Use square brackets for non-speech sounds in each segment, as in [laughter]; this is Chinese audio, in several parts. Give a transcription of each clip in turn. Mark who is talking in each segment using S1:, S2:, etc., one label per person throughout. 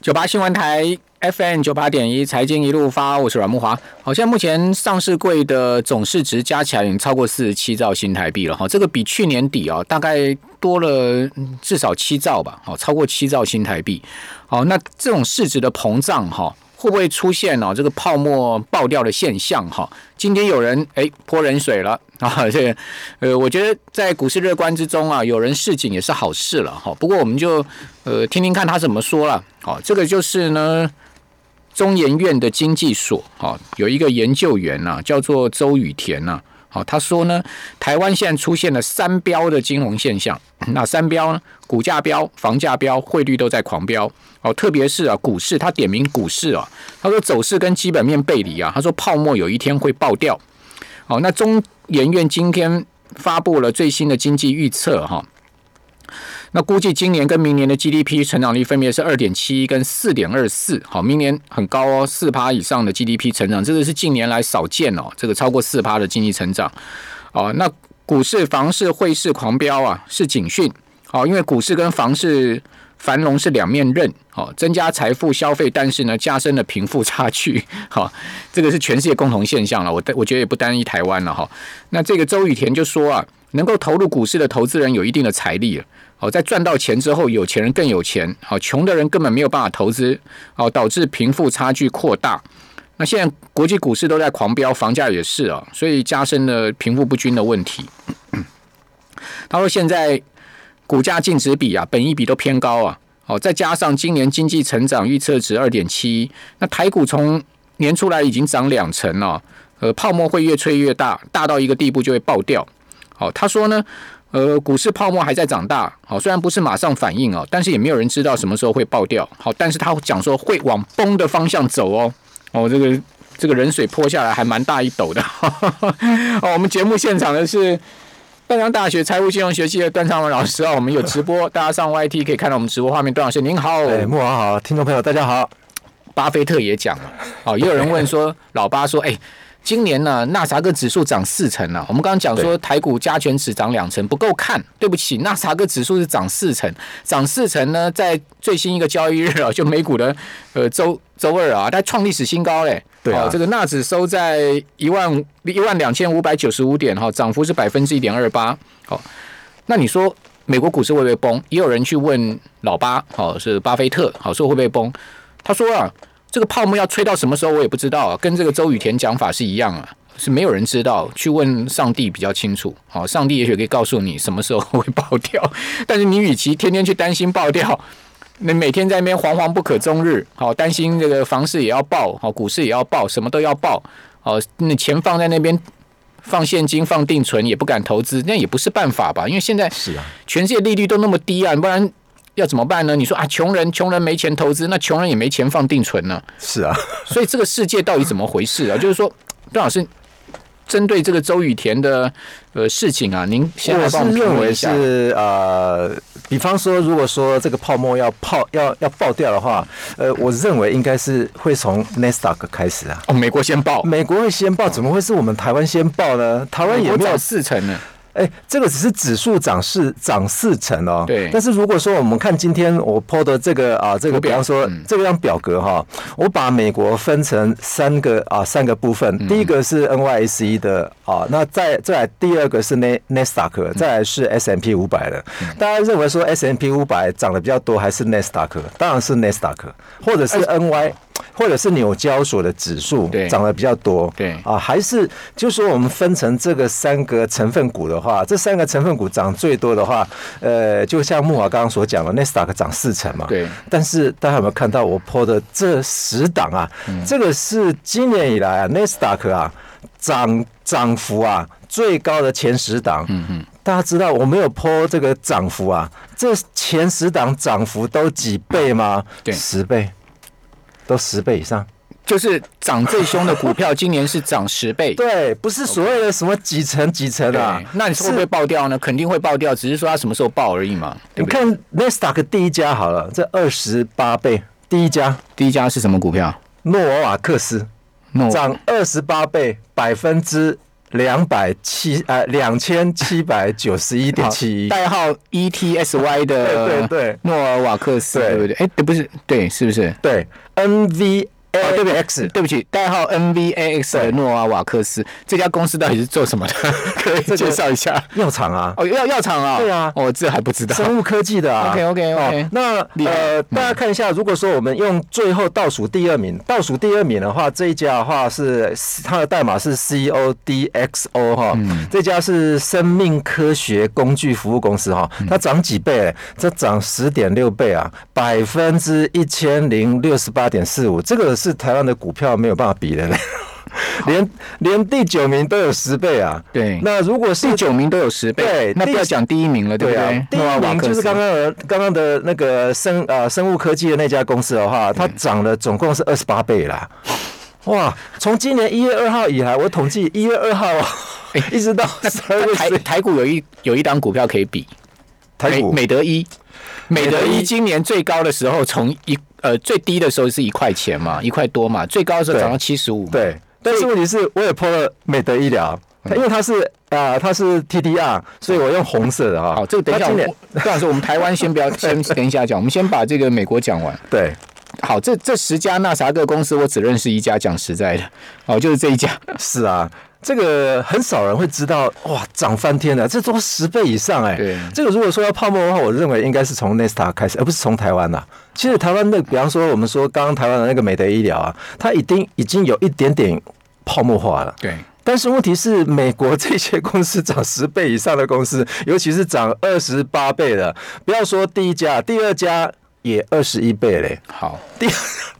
S1: 九八新闻台 FM 九八点一财经一路发，我是阮木华。好像目前上市柜的总市值加起来已经超过四十七兆新台币了哈，这个比去年底哦大概多了嗯至少七兆吧，好超过七兆新台币。好，那这种市值的膨胀哈、会不会出现哦这个泡沫爆掉的现象哈、今天有人哎泼冷水了 [laughs] 啊，这个呃，我觉得在股市乐观之中啊，有人市井也是好事了哈、不过我们就呃听听看他怎么说了。好、这个就是呢中研院的经济所好、有一个研究员呐、叫做周雨田啊呐、好、他说呢，台湾现在出现了三标的金融现象。 [clears throat] 那三标呢？股价标、房价标、汇率都在狂飙。哦，特别是啊，股市，他点名股市啊，他说走势跟基本面背离啊，他说泡沫有一天会爆掉。哦，那中研院今天发布了最新的经济预测哈、那估计今年跟明年的 GDP 成长率分别是二点七跟四点二四，好，明年很高哦，四趴以上的 GDP 成长，这个是近年来少见哦，这个超过四趴的经济成长，哦，那股市、房市、汇市狂飙啊，是警讯，哦，因为股市跟房市繁荣是两面刃，哦，增加财富消费，但是呢，加深了贫富差距，好、这个是全世界共同现象了，我我觉得也不单一台湾了哈、那这个周雨田就说啊，能够投入股市的投资人有一定的财力了。哦，在赚到钱之后，有钱人更有钱，好、穷的人根本没有办法投资，哦，导致贫富差距扩大。那现在国际股市都在狂飙，房价也是啊、所以加深了贫富不均的问题。他说现在股价净值比啊，本益比都偏高啊，哦，再加上今年经济成长预测值二点七，那台股从年初来已经涨两成了、呃，泡沫会越吹越大，大到一个地步就会爆掉。好、他说呢，呃，股市泡沫还在长大，好、虽然不是马上反应哦，但是也没有人知道什么时候会爆掉。好、但是他讲说会往崩的方向走哦，哦，这个这个人水泼下来还蛮大一斗的。 [laughs] 哦，我们节目现场的是。淡江大学财务金融学系的段昌文老师啊，我们有直播，大家上 YT 可以看到我们直播画面。段老师您好，
S2: 哎，木王好，听众朋友大家好。
S1: 巴菲特也
S2: [laughs]
S1: 讲了，哦，也有人问说，老巴说，哎，今年呢、纳斯达克指数涨四成了、我们刚刚讲说，台股加权指涨两成不够看，对不起，纳斯达克指数是涨四成，涨四成呢，在最新一个交易日啊，就美股的呃周周二啊，它创历史新高嘞。
S2: 对啊
S1: 哦这个纳指收在一万一万两千五百九十五点哈、涨幅是百分之一点二八。好，那你说美国股市会不会崩？也有人去问老巴，好、是巴菲特，好、说会不会崩？他说啊，这个泡沫要吹到什么时候我也不知道、啊，跟这个周雨田讲法是一样啊，是没有人知道，去问上帝比较清楚。好、上帝也许可以告诉你什么时候会爆掉， [laughs] 但是你与其天天去担心爆掉。你每天在那边惶惶不可终日，好、担心这个房市也要爆，好、股市也要爆，什么都要爆，好、那钱放在那边放现金、放定存也不敢投资，那也不是办法吧？因为现在
S2: 是啊，
S1: 全世界利率都那么低啊，不然要怎么办呢？你说啊，穷人穷人没钱投资，那穷人也没钱放定存呢、
S2: 是啊，
S1: 所以这个世界到底怎么回事啊？就是说，段老师针对这个周雨田的呃事情啊，您先来
S2: 我是
S1: 帮我们评
S2: 认
S1: 论
S2: 为
S1: 一下。
S2: 是呃，比方说，如果说这个泡沫要泡要要爆掉的话，呃，我认为应该是会从 n e s t a q 开始啊。
S1: 哦，美国先报，
S2: 美国会先爆，怎么会是我们台湾先爆呢？台湾
S1: 美
S2: 也
S1: 国
S2: 没有
S1: 涨四成呢。
S2: 哎，这个只是指数涨四涨四成哦。
S1: 对
S2: 但是如果说我们看今天我 PO 的这个啊，这
S1: 图表嗯
S2: 个比方说这张表格哈、我把美国分成三个啊三个部
S1: 嗯
S2: 分，第一个是 NYSE 的啊，那再再来第二个是 N n s t a q
S1: 嗯
S2: 再来是 S M P 五百的。大家认为说 S M P 五百涨得比较多还是 n E s t a q 当然是 n E s t a q 或者是 N Y。或者是纽交所的指数
S1: 对
S2: 涨得比较多，
S1: 对
S2: 啊，还是就是说我们分成这个三个成分股的话，这三个成分股涨最多的话，呃，就像木华刚刚所讲的 n e s t a q 涨四成嘛，
S1: 对。
S2: 但是大家有没有看到我破的这十档啊？
S1: 嗯
S2: 这个是今年以来啊 n e s t a q 啊涨涨幅啊最高的前十档，嗯嗯。大家知道我没有破这个涨幅啊，这前十档涨幅都几倍吗？
S1: 嗯对
S2: 十倍，都十倍以上。
S1: 就是涨最凶的股票，今年是涨十倍。
S2: 对，不是所谓的什么几层几层啊
S1: 对，那你说会不会
S2: 是
S1: 爆掉呢？肯定会爆掉，只是说它什么时候爆而已嘛，对不
S2: 你
S1: 对？
S2: 看 n e s t a q 第一家好了，这二十八倍，第一家
S1: 第一家是什么股票？
S2: 诺瓦克斯
S1: 诺
S2: 涨二十八倍，百分之两百七呃两千七百九十一点七一，
S1: 代号 E ETSY 的
S2: 对对对
S1: 诺尔瓦克斯，
S2: 对
S1: 对不对？哎，对，不是，对，是不是？
S2: 对，NVAX
S1: 哦对不起，代号 NVAX 的
S2: 对
S1: 诺尔瓦克斯这家公司到底是做什
S2: [laughs]
S1: 么的？可以
S2: 这个
S1: 介绍一下？
S2: 药厂啊，
S1: 哦，药药厂啊？
S2: 对啊
S1: 我这还不知道。
S2: 生物科技的啊。
S1: OK，OK，OK
S2: 那
S1: 厉害嗯
S2: 呃，大家看一下，如果说我们用最后倒数第二名，倒数第二名的话，这一家的话是它的代码是 CODXO 哈，
S1: 嗯
S2: 这家是生命科学工具服务公司哈，
S1: 嗯
S2: 它涨几倍、这涨十点六倍啊，百分之一千零六十八点四五，这个是台湾的股票没有办法比的嘞。连连第九名都有十倍啊！
S1: 对
S2: 那如果是
S1: 第九名都有十倍，
S2: 对
S1: 那
S2: 第
S1: 不要讲第一名了，对不
S2: 对啊
S1: 对？，
S2: 第
S1: 诺尔
S2: 一
S1: 瓦
S2: 名
S1: 克
S2: 就是
S1: 斯
S2: 刚刚的刚刚的那个生呃生物科技的那家公司的话，它涨了总共是二十八倍
S1: [laughs]
S2: 啦。哇！从今年一月二号以来，我统计一月二号
S1: [laughs]
S2: 啊，一直到十二月
S1: 哎台
S2: 十
S1: 台股有一有一档股票可以比，
S2: 台
S1: 美
S2: 股
S1: 美德一，美德
S2: 德
S1: 一
S2: 一
S1: 今年最高的时候从一呃最低的时候是一块钱嘛，一块多嘛，最高的时候
S2: 对
S1: 涨到七十五。
S2: 对，但是问题是我也破了美德医疗，
S1: 嗯
S2: 它因为它是啊它是 TDR，所以我用红色的哈。啊
S1: 好，这个等一下
S2: 它
S1: 我 [laughs]
S2: 今
S1: 们
S2: 年，
S1: 段老师，我们台湾先不要先等一下讲，我们先把这个美国讲完。
S2: 对
S1: 好，这这十家纳啥个公司，我只认识一家，讲实在的，哦，就是这一家。
S2: 是啊，这个很少人会知道，哇，涨翻天了，这都十倍以上哎、
S1: 对
S2: 这个如果说要泡沫的话，我认为应该是从 Nesta 开始，呃而不是从台湾呐、啊其实台湾的，比方说我们说刚刚台湾的那个美德医疗啊，它已经已经有一点点泡沫化了。
S1: 对，
S2: 但是问题是，美国这些公司涨十倍以上的公司，尤其是涨二十八倍的，不要说第一家，第二家也二十一倍嘞。
S1: 好，
S2: 第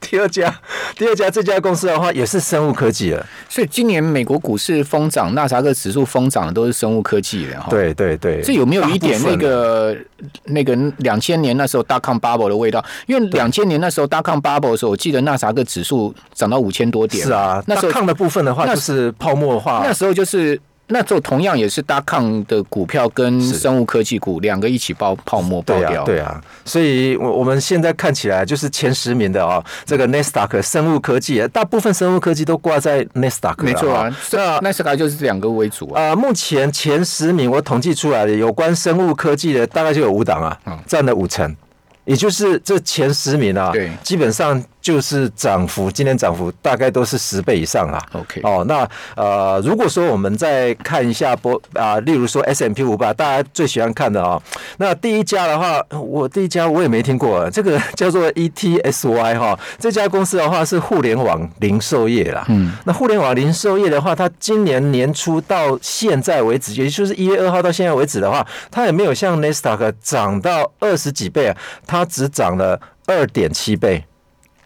S2: 第二 [laughs] 家，第二家这家公司的话也是生物科技了。
S1: 所以今年美国股市疯涨，纳啥个指数疯涨的都是生物科技的哈。。
S2: 对对对，
S1: 哦这有没有一点
S2: 大
S1: 那
S2: 部分啊？
S1: 个那个两千年那时候大抗 bubble 的味道？因为两千年那时候大抗 bubble 的时候，我记得纳啥个指数涨到五千多点，
S2: 是啊，
S1: 那
S2: 那
S1: 时候
S2: 抗的部分的话
S1: 那
S2: 就是泡沫化
S1: 那，时候就是。那时候同样也是大抗的股票跟
S2: 是
S1: 生物科技股两个一起爆泡沫爆
S2: 对
S1: 掉，
S2: 啊对啊，所以我我们现在看起来就是前十名的哦，这个 Nasdaq 生物科技，大部分生物科技都挂在 Nasdaq，了
S1: 没错啊
S2: 哦。
S1: 那
S2: 那
S1: 那时候就是两个为主啊，
S2: 呃，目前前十名我统计出来的有关生物科技的大概就有五档啊，
S1: 嗯
S2: 占了五成，也就是这前十名啊，
S1: 对
S2: 基本上就是涨幅，今年涨幅大概都是十倍以上啦。
S1: OK
S2: 哦，那呃，如果说我们再看一下波啊、例如说 S M P 五吧，大家最喜欢看的啊、那第一家的话，我第一家我也没听过，这个 [laughs] 叫做 E T S Y 哈、这家公司的话是互联网零售业啦。嗯，那互联网零售业的话，它今年年初到现在为止，也就是一月二号到现在为止的话，它也没有像 Nasdaq 涨到二十几倍啊，它只涨了二点七倍。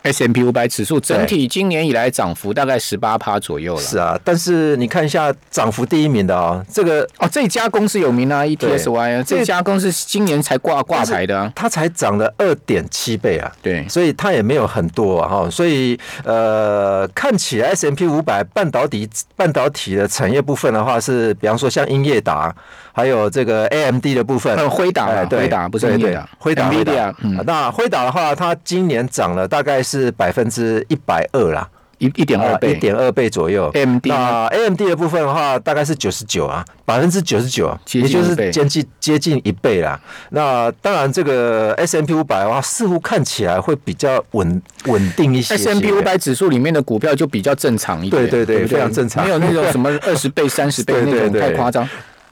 S1: S M P 五百指数整体今年以来涨幅大概十八趴左右了。
S2: 是啊，但是你看一下涨幅第一名的啊、这个
S1: 哦，这家公司有名啊，E T
S2: 对
S1: S Y 啊，这
S2: 这
S1: 家公司今年才挂挂牌的啊。
S2: 它才涨了二点七倍啊，
S1: 对
S2: 所以它也没有很多啊，哈，所以呃，看起来 S M P 五百半导体半导体的产业部分的话是，比方说像英业达，还有这个 A M D 的部分，
S1: 呃辉达啊
S2: 哎对
S1: 辉达不是
S2: 对
S1: 英业
S2: 对
S1: 达
S2: 辉达
S1: NVIDIA，
S2: 辉达
S1: 嗯
S2: 那辉达的话，它今年涨了大概是百分之一百二啦。
S1: 一哦一点二倍，
S2: 啊一点二倍左右。
S1: AMD
S2: 那 AMD 的部分的话，大概是九十九啊，百分之九十九，啊
S1: 接
S2: 也
S1: 近
S2: 就
S1: 一
S2: 是
S1: 倍
S2: 接近接近一倍啦。那当然，这个 S M P 五百的话，似乎看起来会比较稳稳定一些
S1: S M P 五。百指数里面的股票就比较正常一点，
S2: 对对对
S1: 不
S2: 非常正常
S1: 没有那种什么二十 [laughs] 倍、三十倍
S2: 对对
S1: 那种
S2: 对
S1: 太夸张。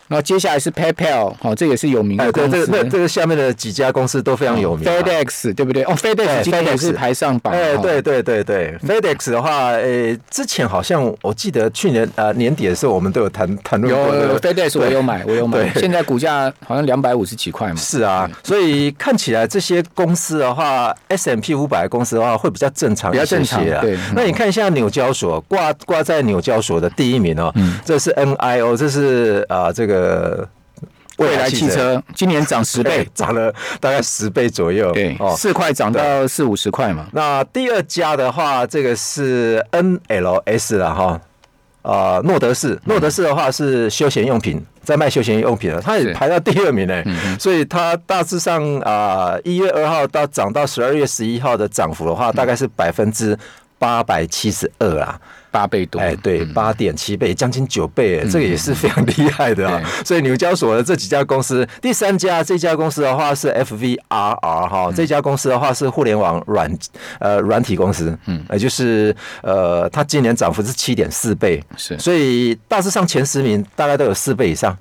S1: 然后接下来是 PayPal，哦，这也是有名
S2: 哎，
S1: 的
S2: 对，
S1: 公
S2: 这
S1: 司。
S2: 个那这个下面的几家公司都非常有名啊。
S1: FedEx 对不对？哦，FedEx
S2: 哎
S1: 今天也是
S2: FedEx
S1: 排上榜。
S2: 哎，
S1: 哦嗯
S2: 对对对对，FedEx 的话，哎，之前好像我记得去年呃年底的时候，我们都有谈谈论过这
S1: 有
S2: 个
S1: FedEx 我有买，我有买，
S2: 对
S1: 现在股价好像两百五十几块嘛。
S2: 是啊，
S1: 嗯
S2: 所以看起来这些公司的话，S M P 五百公司的话会比较正常一
S1: 比较
S2: 些些啊，
S1: 正常对嗯
S2: 那你看一下纽交所挂挂在纽交所的第一名哦，
S1: 嗯
S2: 这是 N I O，这是啊、呃这个
S1: 未来汽车今年涨十
S2: 对
S1: 倍，
S2: 涨了大概十倍左右，
S1: 对，
S2: 哦。
S1: 四块涨到四五十块嘛。
S2: 那第二家的话，这个是 N L S 了哈。啊，诺德士，诺德士的话是休闲用品，在卖休闲用品的，啊它
S1: 是
S2: 也排到第二名呢，所以它大致上啊，一、月二号到涨到十二月十一号的涨幅的话，大概是百分之。八百七十二啦。
S1: 八倍多，嗯
S2: 哎，对，八点七倍，将近九倍，哎这个也是非常厉害的啊。
S1: 嗯
S2: 所以纽交所的这几家公司，第三家这家公司的话是 FVRR 哈，
S1: 嗯
S2: 这家公司的话是互联网软呃软体公司，嗯，也就是呃，它今年涨幅是七点四倍，
S1: 是
S2: 所以大致上前十名大概都有四倍以上。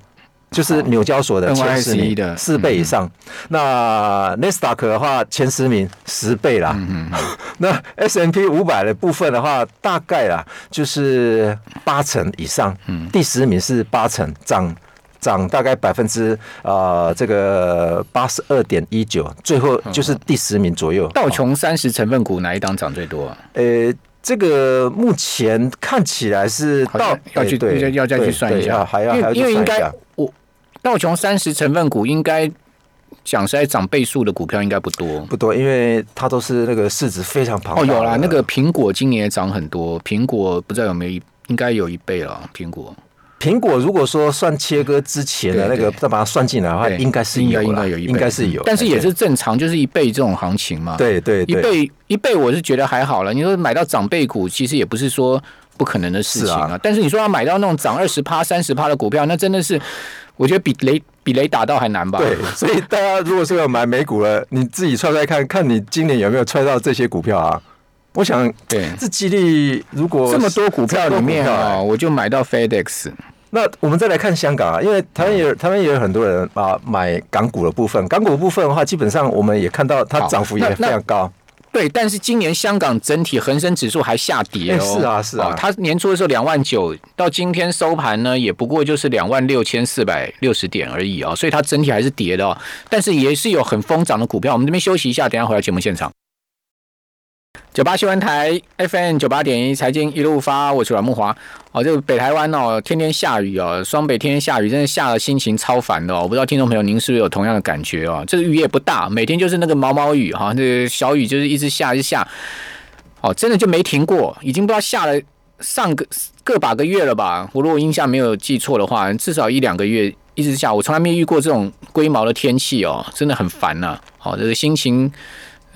S2: 就是
S1: 哦
S2: 纽交所的前十
S1: NYSE
S2: 名
S1: 的嗯
S2: 四倍以上，那 n e s t a q 的话前十名十倍啦，
S1: 嗯
S2: 那 S M P 五百的部分的话，大概啦就是八成以上，第十名是八成，涨涨大概百分之呃这个八十二点一九，最后就是第十名左右。
S1: 道琼三十成分股哪一档涨最多啊？
S2: 呃，这个目前看起来是
S1: 好
S2: 到
S1: 像要去
S2: 哎对
S1: 要要再去
S2: 对
S1: 算一
S2: 对
S1: 下，
S2: 要还要
S1: 因
S2: 还要
S1: 为
S2: 去
S1: 因为
S2: 算
S1: 应
S2: 一
S1: 该
S2: 下
S1: 我道琼三十成分股应该讲实在涨倍数的股票应该不多。
S2: 不多，因为它都是那个市值非常庞大
S1: 哦，
S2: 的。
S1: 有啦，那个苹果今年也涨很多，苹果不知道有没有一应该有一倍了，苹果
S2: 苹果如果说算切割之前的那
S1: 对
S2: 个，
S1: 对
S2: 再把它算进来的话，
S1: 对
S2: 啊应该是
S1: 应该
S2: 有啦，
S1: 应该有一倍，嗯
S2: 应该是有，
S1: 但是也是正常，就是一倍这种行情嘛。，
S2: [laughs] 对对
S1: 一
S2: 对，
S1: 倍一倍我是觉得还好了。你说买到涨倍股，其实也不是说不可能的事情啊。
S2: 是
S1: 但是你说要买到那种涨二十趴、三十趴的股票，那真的是我觉得比雷比雷打到还难吧？
S2: 对，所以大家如果说要买美股了，你自己揣揣看看你今年有没有揣到这些股票啊？我想
S1: 对
S2: 这几率如果
S1: 这么多股票里面
S2: 这么多股
S1: 啊、
S2: 票哎
S1: 我就买到 FedEx。
S2: 那我们再来看香港啊，因为台湾也
S1: 嗯
S2: 有台湾也有很多人啊买港股的部分，港股的部分的话，基本上我们也看到它
S1: 好
S2: 涨幅
S1: 那
S2: 也非常高。
S1: 对，但是今年香港整体恒生指数还下跌哦。
S2: 哎是啊是啊
S1: 哦它年初的时候两万九，到今天收盘呢，也不过就是两万六千四百六十点而已哦，所以它整体还是跌的哦。但是也是有很疯涨的股票。我们这边休息一下，等一下回到节目现场。九八新闻台 FM 九八点一财经一路发，我是阮木华。哦，这个北台湾哦，天天下雨哦，双北天天下雨，真的下了心情超烦的哦。我不知道听众朋友您是不是有同样的感觉哦？这个雨也不大，每天就是那个毛毛雨哈、这个小雨就是一直下一直下，哦，真的就没停过，已经不知道下了上个个把个月了吧？我如果印象没有记错的话，至少一两个月一直下，我从来没遇过这种龟毛的天气哦，真的很烦呐、哦，这个心情。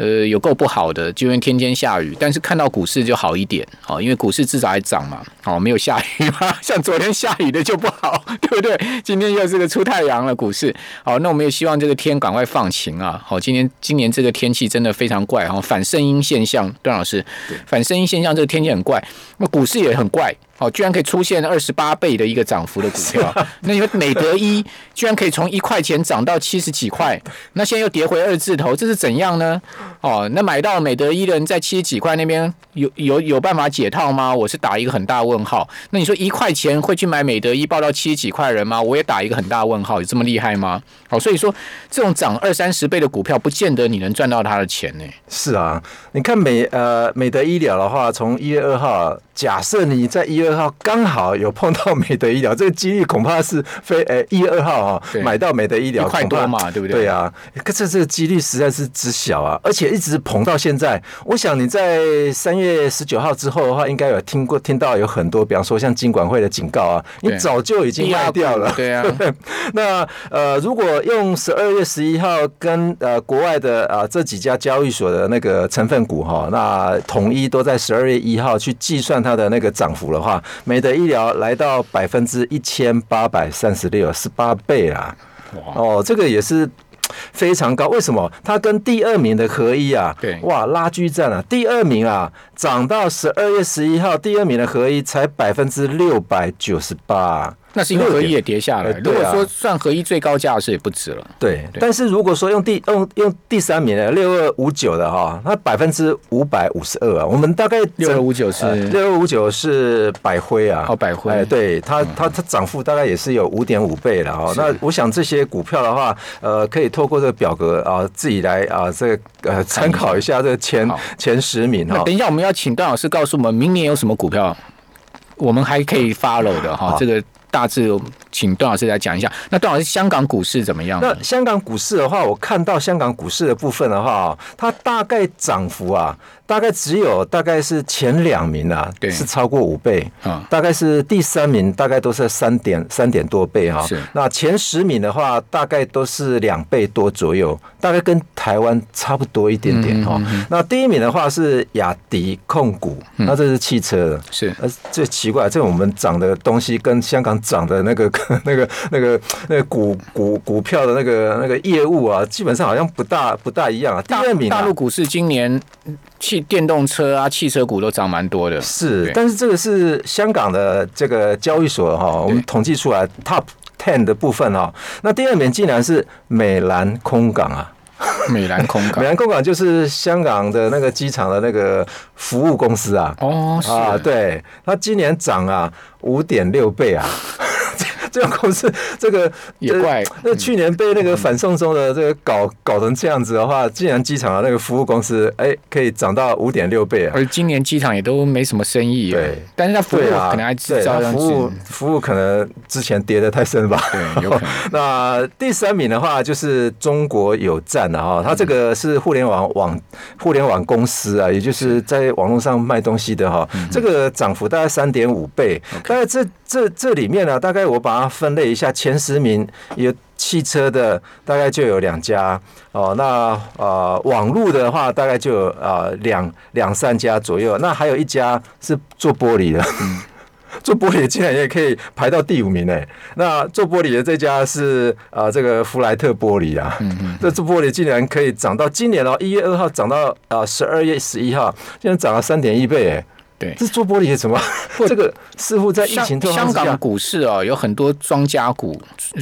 S1: 呃，有够不好的，就因为天天下雨，但是看到股市就好一点哦，因为股市至少还涨嘛，哦，没有下雨嘛， [laughs] 像昨天下雨的就不好， [laughs] 对不对？今天又是个出太阳了，股市，好、那我们也希望这个天赶快放晴啊，好、今年今年这个天气真的非常怪哈、哦，反声音现象，段老师，反声音现象这个天气很怪，那股市也很怪。哦，居然可以出现二十八倍的一个涨幅的股票，
S2: 啊
S1: 那你说美德一居然可以从一块钱涨到七十几块，那现在又跌回二字头，这是怎样呢？哦，那买到美德一的人在七十几块那边有有有办法解套吗？我是打一个很大问号。那你说一块钱会去买美德一报到七十几块人吗？我也打一个很大问号，有这么厉害吗？哦，所以说这种涨二三十倍的股票，不见得你能赚到它的钱呢、
S2: 是啊，你看美呃美德医疗的话，从一月二号，假设你在一月二号刚好有碰到美德医疗，这个几率恐怕是非呃一月二号啊、
S1: 对
S2: 买到美德医疗
S1: 一块多
S2: 恐怕
S1: 嘛对不对
S2: 对啊，可是这个几率实在是之小啊，而且一直捧到现在。我想你在三月十九号之后的话，应该有听过听到有很多，比方说像金管会的警告啊，你
S1: 对
S2: 早就已经卖掉了。
S1: 对啊，
S2: [laughs] 那呃，如果用十二月十一号跟呃国外的啊、呃这几家交易所的那个成分股哈、那统一都在十二月一号去计算它的那个涨幅的话，美的医疗来到百分之一千八百三十六，十八倍啦。
S1: 哇，
S2: 哦，这个也是。非常高，为什么？它跟第二名的合一啊，
S1: 对
S2: 哇，拉锯战啊！第二名啊，涨到十二月十一号，第二名的合一才百分之六百九十八，
S1: 那是因为合一也跌下来。
S2: 哎
S1: 如
S2: 对啊
S1: 果说算合一最高价是也不止了，
S2: 对，
S1: 对
S2: 但是如果说用第用用第三名的六二五九的哈、那百分之五百五十二啊，我们大概呃
S1: 六二五九是
S2: 六二五九是百辉啊，
S1: 哦百辉嗯
S2: 哎，对它它它涨幅大概也是有五点五倍了哦。那我想这些股票的话，呃，可以透过这个表格啊、自己来啊、这个呃参考一下这个前
S1: 好
S2: 前十名哈、
S1: 那等一下，我们要请段老师告诉我们明年有什么股票，我们还可以 follow 的哈。
S2: 好
S1: 这个大致请段老师来讲一下。那段老师，香港股市怎么样呢？
S2: 那香港股市的话，我看到香港股市的部分的话，它大概涨幅啊，大概只有大概是前两名啊，
S1: 对
S2: 是超过五倍
S1: 啊
S2: 大概是第三名，大概都是三点三点多倍哈、
S1: 是
S2: 那前十名的话，大概都是两倍多左右，大概跟台湾差不多一点
S1: 嗯
S2: 点哈、那第一名的话是雅迪控股，
S1: 嗯
S2: 那这是汽车的，
S1: 是
S2: 呃，最奇怪，这我们涨的东西跟香港涨的那个、 [laughs] 那个、那个、那个股股股票的那个那个业务啊，基本上好像不大不大一样啊。第
S1: 大
S2: 二名、啊、
S1: 大陆股市今年嗯汽电动车啊、汽车股都涨蛮多
S2: [laughs]
S1: 的。
S2: 是
S1: 对，
S2: 但是这个是香港的这个交易所哈、我们统计出来 top ten 的部分哈、那第二名竟然是美兰空港啊。
S1: 美兰空港
S2: 美兰空港就是香港的那个机场的那个服务公司啊，
S1: 哦，是
S2: 啊，对，它今年涨啊五点六
S1: [laughs]
S2: 倍啊。这个公司，这个
S1: 也
S2: 这
S1: 怪嗯
S2: 那去年被那个反送中的这个搞搞成这样子的话，竟然机场啊的那个服务公司，哎，可以涨到五点六倍啊！
S1: 而今年机场也都没什么生意啊，
S2: 对
S1: 但是它服务
S2: 对啊，
S1: 可能还制造
S2: 对它
S1: 样
S2: 服务
S1: 子，
S2: 服务可能之前跌得太深吧。
S1: 对，有可能
S2: [laughs] 那第三名的话就是中国有赞了
S1: 嗯
S2: 哈，它这个是互联网网互联网公司啊，也就是在网络上卖东西的哈，
S1: 嗯
S2: 这个涨幅大概三点五倍。大概这这这里面呢、大概我把它分类一下，前十名有。汽车的大概就有两家哦，那呃网络的话大概就有呃两两三家左右，那还有一家是做玻璃的，做玻璃竟然也可以排到第五名哎！那做玻璃的这家是啊、呃这个弗莱特玻璃啊，
S1: 嗯
S2: 这做玻璃竟然可以涨到今年哦，一月二号涨到啊十二月十一号，竟然涨了三点一倍哎！
S1: 对。
S2: 这做玻璃什么？这个似乎在疫情
S1: 香
S2: 状
S1: 香
S2: 况之
S1: 港
S2: 下，
S1: 股市哦，有很多庄家股，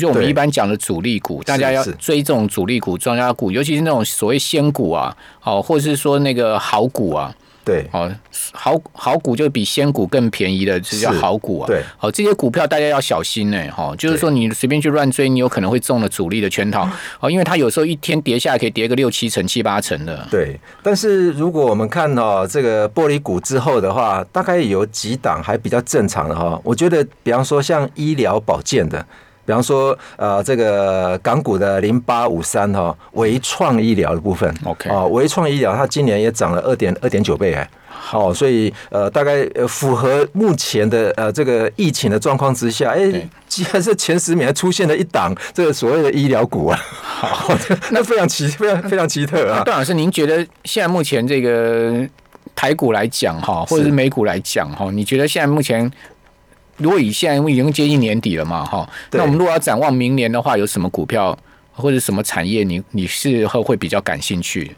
S1: 就我们
S2: 对
S1: 一般讲的主力股，大家要
S2: 是
S1: 追这种主力股、庄家股，尤其是那种所谓仙股啊，哦，或者是说那个好股啊，
S2: 对
S1: 哦，好好股就比仙股更便宜的，这叫
S2: 是
S1: 好股啊。
S2: 对，
S1: 好、这些股票大家要小心呢、哈、就是说你随便去乱追，你有可能会中了主力的圈
S2: 嗯
S1: 套，哦，因为它有时候一天跌下来可以跌个六七成、七八成的。
S2: 对。但是如果我们看哦这个玻璃股之后的话，大概有几档还比较正常的哈、我觉得，比方说像医疗保健的。比方说，呃，这个港股的零八五三哈，微创医疗的部分
S1: OK
S2: 哦，微创医疗它今年也涨了二点二点九倍哎，好、所以呃，大概呃符合目前的呃这个疫情的状况之下，哎、
S1: 对
S2: 既然是前十名还出现了一档这个所谓的医疗股啊，好， [laughs] 那非常奇非常非常奇特啊，
S1: 段老师，您觉得现在目前这个台股来讲哈，或者是
S2: 是
S1: 美股来讲哈，你觉得现在目前？如果以现在因为已经接近年底了嘛，哈，
S2: 对
S1: 那我们如果要展望明年的话，有什么股票或者什么产业你，你是会会比较感兴趣？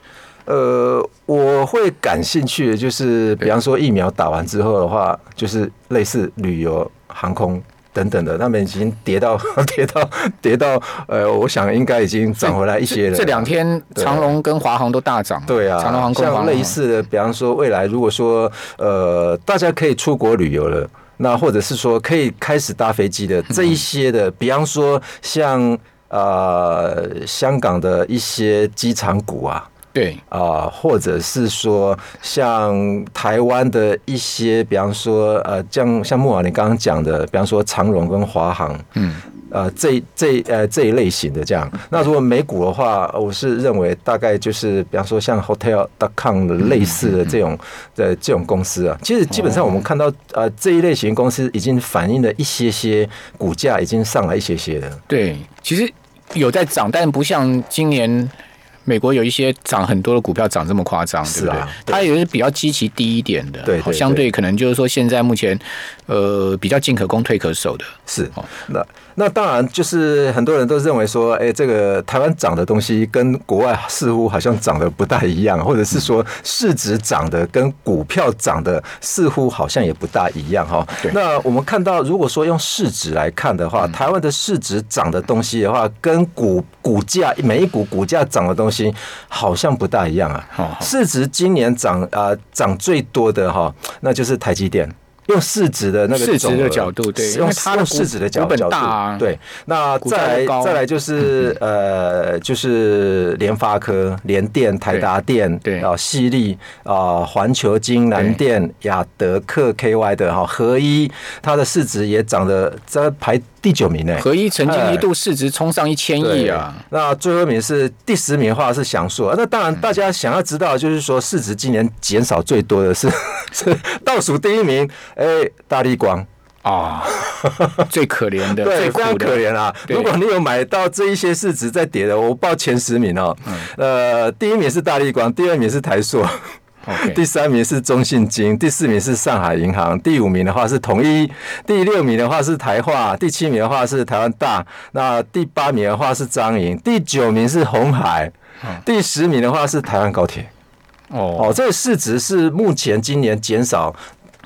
S2: 呃，我会感兴趣的就是，比方说疫苗打完之后的话，就是类似旅游、航空等等的，他们已经跌到 [laughs] 跌到跌到，呃，我想应该已经涨回来一些了。
S1: 这两天
S2: 对啊
S1: 长龙跟华航都大涨，
S2: 对啊，
S1: 长龙航空、华
S2: 像
S1: 航
S2: 类似的，比方说未来如果说呃大家可以出国旅游了，那或者是说可以开始搭飞机的这一些的，比方说像呃香港的一些机场股啊，
S1: 对
S2: 啊、或者是说像台湾的一些，比方说呃，像像木瓦你刚刚讲的，比方说长荣跟华航，嗯，呃，这这呃这一类型的这样。那如果美股的话，呃我是认为大概就是，比方说像 Hotel.com 的类似的这种的这种公司啊，其实基本上我们看到呃这一类型公司已经反映了一些些股价已经上来一些些了。
S1: 对，其实有在涨，但不像今年美国有一些涨很多的股票涨这么夸张，对
S2: 是
S1: 不对
S2: 啊？对
S1: 它也是比较积极低一点的，
S2: 对对对
S1: 相对可能就是说现在目前呃比较进可攻退可守的，
S2: 是
S1: 哦，
S2: 那那当然就是很多人都认为说，哎、这个台湾涨的东西跟国外似乎好像涨得不大一样，或者是
S1: 嗯
S2: 说市值涨的跟股票涨的似乎好像也不大一样哈
S1: 对。嗯
S2: 那我们看到，如果说用市值来看的话，台湾的市值涨的东西的话，跟股股价每一股股价涨的东西好像不大一样啊。
S1: 好好
S2: 市值今年涨啊涨最多的哈，那就是台积电。用市值的那个
S1: 市值的
S2: 总额
S1: 角度对因
S2: 用
S1: 为它的
S2: 用
S1: 股
S2: 市值的角
S1: 股本
S2: 角度
S1: 大啊
S2: 对。那
S1: 股价
S2: 再
S1: 又高嗯
S2: 来再来就是呃，就是联发科、联电、台达电、
S1: 对
S2: 啊、西利啊、环球金、南电、雅德克 KY 的哈合一，它的市值也涨得在排第九名呢、
S1: 合一曾经一度市值冲上一千亿啊，
S2: 那最后一名是第十名的话是翔硕，啊那
S1: 嗯
S2: 当然大家想要知道，就是说市值今年减少最多的是 [laughs] 是倒数第一名，哎、大力光。 [laughs]
S1: 啊、最可怜的，
S2: 对，
S1: 最
S2: 非常
S1: 苦
S2: 可
S1: 的，
S2: 怜啊！
S1: 对
S2: 如果你有买到这一些市值在跌的，我报前十名哦。
S1: 嗯
S2: 呃，第一名是大力光，第二名是台塑， [laughs]
S1: OK
S2: 第三名是中信金，第四名是上海银行，第五名的话是统一，第六名的话是台化，第七名的话是台湾大，那第八名的话是张营，第九名是红海，
S1: 嗯
S2: 第十名的话是台湾高铁。
S1: 哦，
S2: 哦，这个市值是目前今年减少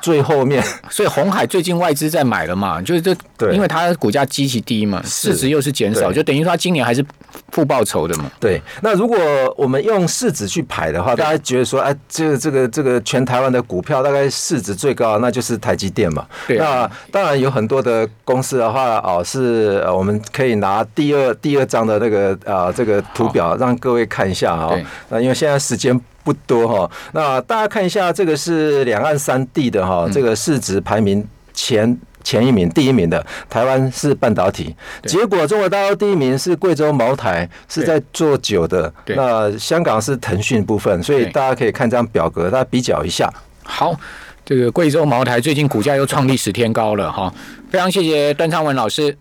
S2: 最后面。
S1: 所以红海最近外资在买了嘛，就是这，
S2: 对
S1: 因为它股价极其低嘛，市值又是减少，
S2: 对
S1: 就等于说它今年还是负报酬的嘛。
S2: 对，那如果我们用市值去排的话，大家觉得说，哎，这个这个这个全台湾的股票大概市值最高，那就是台积电嘛。
S1: 对啊
S2: 那当然有很多的公司的话，哦，是呃我们可以拿第二第二张的那个啊、这个图表让各位看一下哦
S1: 对。
S2: 那因为现在时间。不多哈、那大家看一下，这个是两岸三地的哈、这
S1: 嗯
S2: 个市值排名前前一名、第一名的，台湾是半导体，结果中国大陆第一名是贵州茅台，是在做酒的，
S1: 对
S2: 那香港是腾讯部分，所以
S1: 对
S2: 大家可以看这张表格，大家比较一下。
S1: 好，这个贵州茅台最近股价又创历史天高了哈，非常谢谢段昌文老师。